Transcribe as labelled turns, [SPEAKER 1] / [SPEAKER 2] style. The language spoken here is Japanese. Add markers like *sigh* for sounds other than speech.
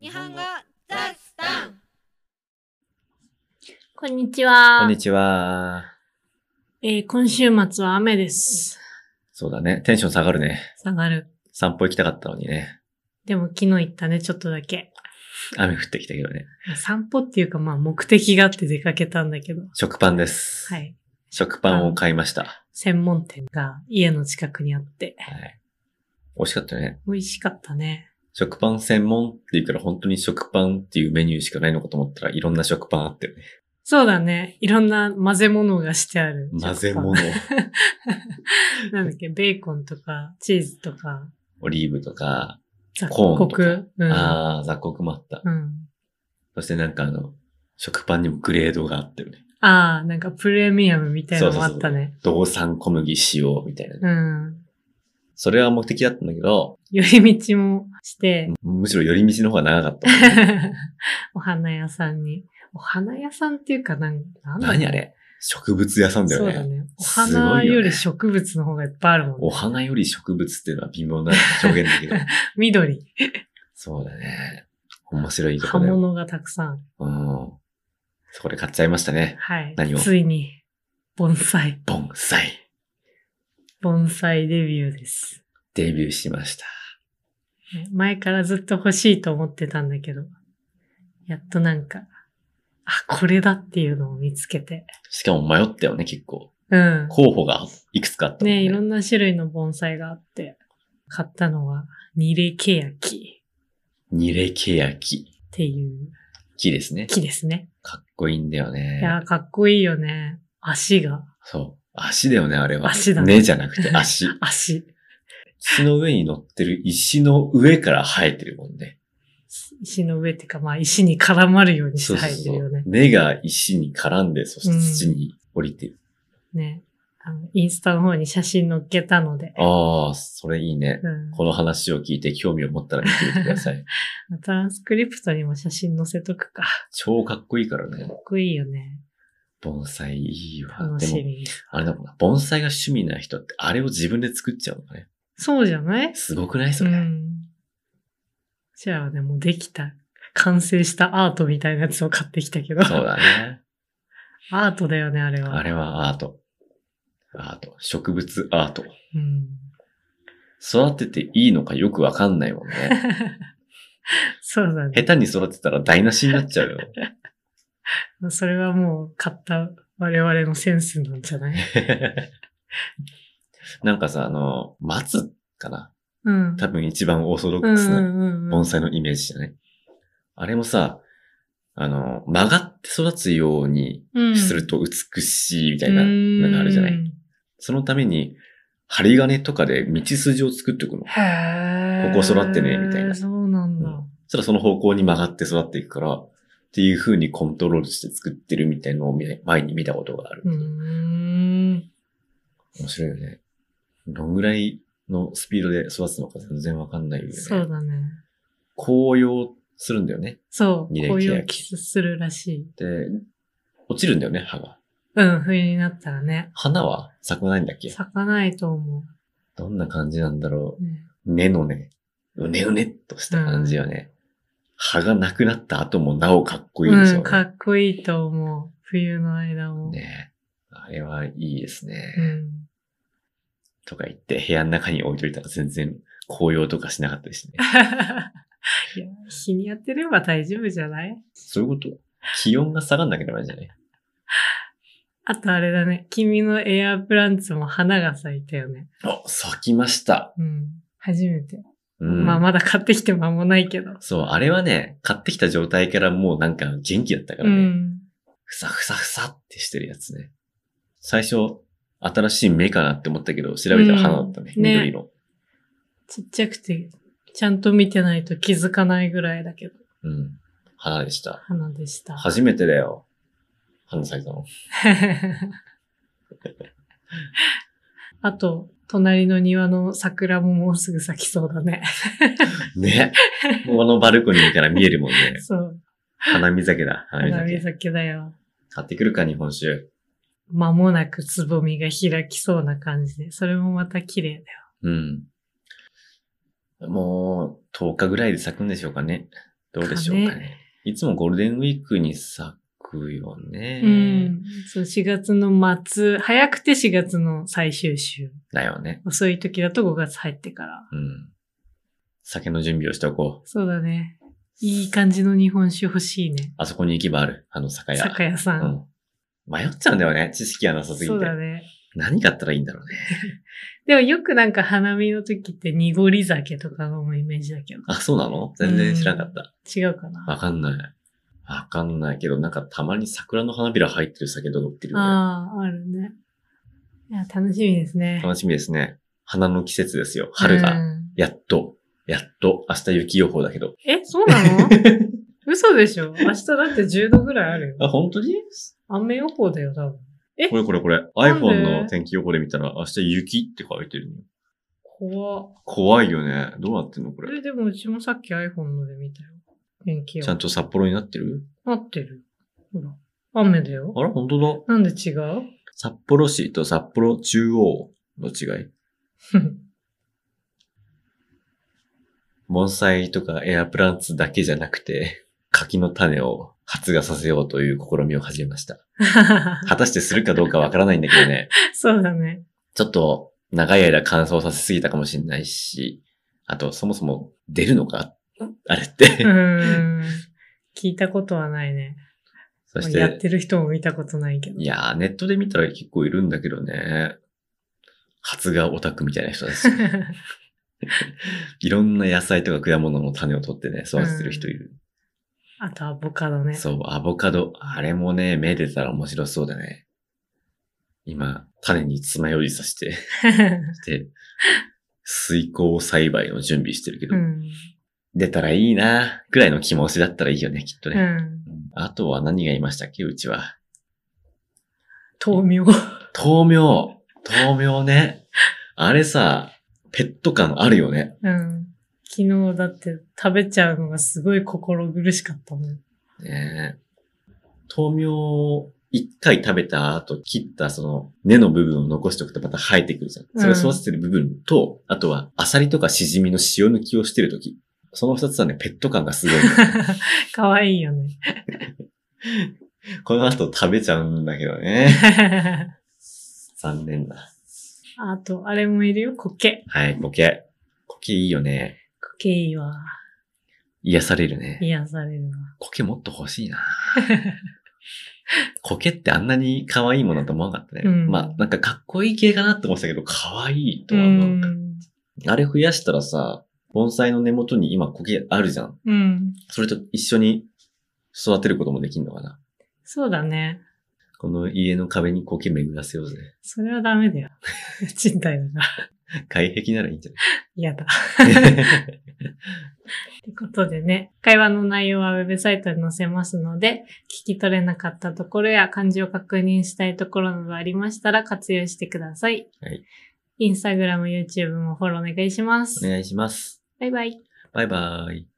[SPEAKER 1] 日本語ザスタン
[SPEAKER 2] こんにちは。
[SPEAKER 3] こんにちは。
[SPEAKER 2] えー今週末は雨です。
[SPEAKER 3] そうだね。テンション下がるね。
[SPEAKER 2] 下がる。
[SPEAKER 3] 散歩行きたかったのにね。
[SPEAKER 2] でも昨日行ったね、ちょっとだけ。
[SPEAKER 3] 雨降ってきたけどね。
[SPEAKER 2] 散歩っていうかまあ目的があって出かけたんだけど。
[SPEAKER 3] 食パンです。
[SPEAKER 2] はい。
[SPEAKER 3] 食パンを買いました。
[SPEAKER 2] 専門店が家の近くにあって。
[SPEAKER 3] はい。美味しかったね。
[SPEAKER 2] 美味しかったね。
[SPEAKER 3] 食パン専門っていうから本当に食パンっていうメニューしかないのかと思ったらいろんな食パンあってね。
[SPEAKER 2] そうだね。いろんな混ぜ物がしてある。
[SPEAKER 3] 混ぜ物。。
[SPEAKER 2] *laughs* なんだっけ、ベーコンとか、チーズとか、
[SPEAKER 3] オリーブとか、
[SPEAKER 2] 雑
[SPEAKER 3] コーンとか
[SPEAKER 2] 穀。うん。
[SPEAKER 3] ああ、雑穀もあった。
[SPEAKER 2] うん。
[SPEAKER 3] そしてなんかあの、食パンにもグレードがあってね。
[SPEAKER 2] ああ、なんかプレミアムみたいなのもあったね。
[SPEAKER 3] 動産小麦塩みたいなね。
[SPEAKER 2] うん。
[SPEAKER 3] それは目的だったんだけど、
[SPEAKER 2] 寄り道もして、
[SPEAKER 3] むしろ寄り道の方が長かった。
[SPEAKER 2] *laughs* お花屋さんに。お花屋さんっていうか、なんなんだろう
[SPEAKER 3] 何あれ植物屋さんだ
[SPEAKER 2] そ
[SPEAKER 3] よ
[SPEAKER 2] う
[SPEAKER 3] ね。
[SPEAKER 2] だね。お
[SPEAKER 3] すごいよね
[SPEAKER 2] 花より植物の方がいっぱいあるもんね。
[SPEAKER 3] お花より植物っていうのは微妙な表現だけ
[SPEAKER 2] *laughs*
[SPEAKER 3] ど。
[SPEAKER 2] 緑。
[SPEAKER 3] そうだね。面白いと
[SPEAKER 2] 葉
[SPEAKER 3] こだよ。
[SPEAKER 2] 物がたくさんある。
[SPEAKER 3] うん。そこで買っちゃいましたね。
[SPEAKER 2] はい。
[SPEAKER 3] 何を
[SPEAKER 2] ついに、盆栽。
[SPEAKER 3] 盆栽。
[SPEAKER 2] 盆栽デビューです。
[SPEAKER 3] デビューしました。
[SPEAKER 2] ね前からずっと欲しいと思ってたんだけど、やっとなんか、あ、これだっていうのを見つけて。
[SPEAKER 3] しかも迷ったよね、結構。
[SPEAKER 2] うん。
[SPEAKER 3] 候補がいくつかあったもん
[SPEAKER 2] ね
[SPEAKER 3] ね。
[SPEAKER 2] いろんな種類の盆栽があって、買ったのは、ニレケヤキ
[SPEAKER 3] ニレケヤキ。
[SPEAKER 2] っていう
[SPEAKER 3] 木ですね。
[SPEAKER 2] 木ですね。
[SPEAKER 3] かっこいいんだよ
[SPEAKER 2] いや
[SPEAKER 3] ね。
[SPEAKER 2] ー、かっこいいよね。足が、
[SPEAKER 3] そう。足だよね、あれは。
[SPEAKER 2] 足だね
[SPEAKER 3] 根じゃなくて
[SPEAKER 2] *laughs*
[SPEAKER 3] 足。
[SPEAKER 2] 足。
[SPEAKER 3] 土の上に乗ってる石の上から生えてるもんね。
[SPEAKER 2] 石の上っていうか、まあ石に絡まるようにして
[SPEAKER 3] そうそ
[SPEAKER 2] 生
[SPEAKER 3] う
[SPEAKER 2] えて
[SPEAKER 3] そ
[SPEAKER 2] るよ
[SPEAKER 3] う
[SPEAKER 2] ね。。
[SPEAKER 3] 根が石に絡んで、そして土に降りてる。
[SPEAKER 2] ね。あの、インスタの方に写真載っけたので。
[SPEAKER 3] ああ、それいいね。
[SPEAKER 2] うん。
[SPEAKER 3] この話を聞いて興味を持ったら見てみてくださ
[SPEAKER 2] *laughs*
[SPEAKER 3] い。
[SPEAKER 2] トランスクリプトにも写真載せとくか。か
[SPEAKER 3] 超かっこいいからね。
[SPEAKER 2] っこいいよね。
[SPEAKER 3] 盆栽いいわ。
[SPEAKER 2] 楽
[SPEAKER 3] で
[SPEAKER 2] し
[SPEAKER 3] も、
[SPEAKER 2] み。
[SPEAKER 3] あれだもんな。盆栽が趣味な人って、あれを自分で作っちゃうのかね。
[SPEAKER 2] そうじゃない
[SPEAKER 3] すごくないうそれ。
[SPEAKER 2] ん。じゃあね、もうできた。完成したアートみたいなやつを買ってきたけど。
[SPEAKER 3] そうだね。
[SPEAKER 2] アートだよね、あれは。
[SPEAKER 3] あれはアート。アート。植物アート。
[SPEAKER 2] うん。 *laughs*
[SPEAKER 3] 育てていいのかよくわかんないもん
[SPEAKER 2] *laughs*
[SPEAKER 3] ね。
[SPEAKER 2] そうだね。
[SPEAKER 3] 下手に育てたら台無しになっちゃうよ。
[SPEAKER 2] まあそれはもう買った我々のセンスなんじゃない
[SPEAKER 3] *laughs* なんかさ、あの、松かな
[SPEAKER 2] うん。
[SPEAKER 3] 多分一番オーソドッ
[SPEAKER 2] う
[SPEAKER 3] ク
[SPEAKER 2] んう
[SPEAKER 3] スなん
[SPEAKER 2] うんうん
[SPEAKER 3] 盆栽のイメージじゃないあれもさ、あの、曲がって育つようにすると美しいみたいなのがあるじゃな
[SPEAKER 2] う
[SPEAKER 3] い
[SPEAKER 2] ん
[SPEAKER 3] そのために、針金とかで道筋を作っておくの。
[SPEAKER 2] へー
[SPEAKER 3] ここ育ってねみたいな
[SPEAKER 2] そうなんだ。
[SPEAKER 3] うんそしたらその方向に曲がって育っていくから、っていう風にコントロールして作ってるみたいのを見前に見たことがある。
[SPEAKER 2] うーん。
[SPEAKER 3] 面白いよね。どんぐらいのスピードで育つのか全然わかんないよね。
[SPEAKER 2] そうだね。
[SPEAKER 3] 紅葉するんだよね。
[SPEAKER 2] そう。
[SPEAKER 3] 二連
[SPEAKER 2] 紅
[SPEAKER 3] 休
[SPEAKER 2] 葉
[SPEAKER 3] や
[SPEAKER 2] キスするらしい。
[SPEAKER 3] で、落ちるんだよね、葉が。
[SPEAKER 2] うん、冬になったらね。
[SPEAKER 3] 花は咲かないんだっけ
[SPEAKER 2] 咲かないと思
[SPEAKER 3] どんな感じなんだろ
[SPEAKER 2] う。ね
[SPEAKER 3] う。根のね、うねうねっとした感じよね。葉がなくなった後もなおかっこいいでし
[SPEAKER 2] う
[SPEAKER 3] ょ
[SPEAKER 2] ん、
[SPEAKER 3] う
[SPEAKER 2] か
[SPEAKER 3] ね。
[SPEAKER 2] っこいいと思う。冬の間も。
[SPEAKER 3] ねあれはいいですね。
[SPEAKER 2] うん。 *laughs*
[SPEAKER 3] とか言って部屋の中に置いといたら全然紅葉とかしなかった
[SPEAKER 2] *laughs*
[SPEAKER 3] ですね。
[SPEAKER 2] いや、日に当てれば大丈夫じゃない
[SPEAKER 3] そういうこと気温が下がんなければいいんじゃない
[SPEAKER 2] あとあれだね。君のエアプランツも花が咲いたよね。
[SPEAKER 3] あ、咲きました。
[SPEAKER 2] うん。初めて。
[SPEAKER 3] うん。
[SPEAKER 2] まあまだ買ってきて間もないけど。
[SPEAKER 3] そう、あれはね、買ってきた状態からもうなんか元気だったか
[SPEAKER 2] う
[SPEAKER 3] らね。
[SPEAKER 2] ん。
[SPEAKER 3] ふさふさふさってしてるやつね。最初、新しい芽かなって思ったけど、調べたら花だったね。
[SPEAKER 2] うんね
[SPEAKER 3] 緑の。
[SPEAKER 2] ちっちゃくて、ちゃんと見てないと気づかないぐらいだけど、
[SPEAKER 3] うん。花でした。
[SPEAKER 2] 花でした。
[SPEAKER 3] 初めてだよ。花咲いたの。
[SPEAKER 2] *laughs* あと、隣の庭の桜ももうすぐ咲きそうだ *laughs* ね。。
[SPEAKER 3] ね。このバルコニーから見えるもんね
[SPEAKER 2] *laughs* そう。
[SPEAKER 3] 花見酒だ。花見
[SPEAKER 2] 花見
[SPEAKER 3] 酒。
[SPEAKER 2] 酒だよ。
[SPEAKER 3] 買ってくるか、日本酒。
[SPEAKER 2] 間もなくつぼみが開きそうな感じで、それもまた綺麗だよ。
[SPEAKER 3] うん。もう、10日ぐらいで咲くんでしょうかね。どうでしょうかね。いつもゴールデンウィークに咲くよね。
[SPEAKER 2] うん。そう、4月の末、早くて4月の最終週。
[SPEAKER 3] だよね。
[SPEAKER 2] 遅い時だと5月入ってから。
[SPEAKER 3] うん。酒の準備をしておこう。
[SPEAKER 2] そうだね。いい感じの日本酒欲しいね。
[SPEAKER 3] あそこに行けばある。あの酒屋。
[SPEAKER 2] 酒屋さ。
[SPEAKER 3] うんん。迷っちゃうんだよね。知識がなさすぎ
[SPEAKER 2] そ
[SPEAKER 3] て
[SPEAKER 2] う。だね。
[SPEAKER 3] 何買ったらいいんだろうね。
[SPEAKER 2] でもよくなんか花見の時って濁り酒とか飲むイメージだけど。
[SPEAKER 3] あ、そうなの全然知らなかった。
[SPEAKER 2] 違うかな。
[SPEAKER 3] わかんない。わかんないけど、なんかたまに桜の花びら入ってる酒とか売ってるよね。
[SPEAKER 2] ああ、あるね。いや、楽しみですね。
[SPEAKER 3] 楽しみですね。花の季節ですよ。春が。
[SPEAKER 2] うん
[SPEAKER 3] やっと。やっと。明日雪予報だけど。
[SPEAKER 2] え、そうなの
[SPEAKER 3] *laughs*
[SPEAKER 2] 嘘でしょ明日だって10度ぐらいあるよ。
[SPEAKER 3] あ、本当に
[SPEAKER 2] 雨予報だよ、多分。
[SPEAKER 3] これこれこれ。
[SPEAKER 2] なんで
[SPEAKER 3] iPhone の天気予報で見たら、明日雪って書いてるね。
[SPEAKER 2] 怖っ。
[SPEAKER 3] 怖いよね。どうなってんのこれ。
[SPEAKER 2] え、でもうちもさっき iPhone ので見たよ。天気予
[SPEAKER 3] ちゃ
[SPEAKER 2] 報
[SPEAKER 3] ん。と札幌になってる
[SPEAKER 2] 合ってる。ほら。雨だよ。
[SPEAKER 3] あら、本当だ。
[SPEAKER 2] なんで違う *laughs*
[SPEAKER 3] 札幌市と札幌中央の違い。盆栽とかエアプランツだけじゃなくて、柿の種を発芽させようという試みを始めました。果たしてするかどうかわからないんだけどね。
[SPEAKER 2] そうだね。
[SPEAKER 3] ちょっと長い間乾燥させすぎたかもしれないし、あとそもそも出るのかあれっ
[SPEAKER 2] う
[SPEAKER 3] て。
[SPEAKER 2] ーん。聞いたことはないね。
[SPEAKER 3] そし
[SPEAKER 2] やって
[SPEAKER 3] て、
[SPEAKER 2] る人も見たことないけど
[SPEAKER 3] い。やー、ネットで見たら結構いるんだけどね。発芽オタクみたいな人たち。いろんな野菜とか果物の種を取ってね、育ててる人いる。
[SPEAKER 2] *laughs* あとアボカドね。
[SPEAKER 3] そう、アボカド。あれもね、めでたら面白そうだね。今、種に爪楊枝さして、 *laughs* して、水耕栽培の準備してるけど、
[SPEAKER 2] *laughs* うん。
[SPEAKER 3] 出たらいいな、ぐらいの気持ちだったらいいよね、きっと
[SPEAKER 2] う
[SPEAKER 3] ね。
[SPEAKER 2] ん。
[SPEAKER 3] あとは何がいましたっけ、うちは。
[SPEAKER 2] 豆苗。
[SPEAKER 3] 豆苗豆苗ね。あれさ、ペット感あるよね。
[SPEAKER 2] うん。昨日だって食べちゃうのがすごい心苦しかったもん。
[SPEAKER 3] ねえ豆苗を一回食べた後切ったその根の部分を残しておくとまた生えてくるじゃん。それを育ててる部分と、あとはアサリとかシジミの塩抜きをしてるとき。その二つはね、ペット感がす
[SPEAKER 2] *laughs*
[SPEAKER 3] ごいの。
[SPEAKER 2] かわいいよ
[SPEAKER 3] *laughs*
[SPEAKER 2] ね。
[SPEAKER 3] この後食べちゃうんだけどね。残念だ。
[SPEAKER 2] あと、あれもいるよ。苔。
[SPEAKER 3] はい、コケ。コケいいよね。
[SPEAKER 2] 苔いいわ。
[SPEAKER 3] 癒されるね。
[SPEAKER 2] 癒されるわ。
[SPEAKER 3] コケもっと欲しいな。 *laughs* コケってあんなに可愛いものだと思わなかったね。
[SPEAKER 2] うん
[SPEAKER 3] まあ、なんかかっこいい系かなって思ってたけど、可愛いと
[SPEAKER 2] う
[SPEAKER 3] は思わなかった
[SPEAKER 2] ん。
[SPEAKER 3] あれ増やしたらさ、盆栽の根元に今苔あるじゃん。
[SPEAKER 2] うん。
[SPEAKER 3] それと一緒に育てることもできんのかな。
[SPEAKER 2] そうだね。
[SPEAKER 3] この家の壁に苔巡らせようぜ。 *laughs*
[SPEAKER 2] それはダメだよ。 *laughs* 賃貸だから。
[SPEAKER 3] 外壁ならいいんじゃ
[SPEAKER 2] 嫌だ。
[SPEAKER 3] ない *laughs*
[SPEAKER 2] ってことでね、会話の内容はウェブサイトに載せますので、聞き取れなかったところや漢字を確認したいところなどありましたら活用してください。
[SPEAKER 3] はい。
[SPEAKER 2] インスタグラム、YouTube もフォローお願いします。
[SPEAKER 3] お願いします。
[SPEAKER 2] バイバイ。
[SPEAKER 3] バイバイ。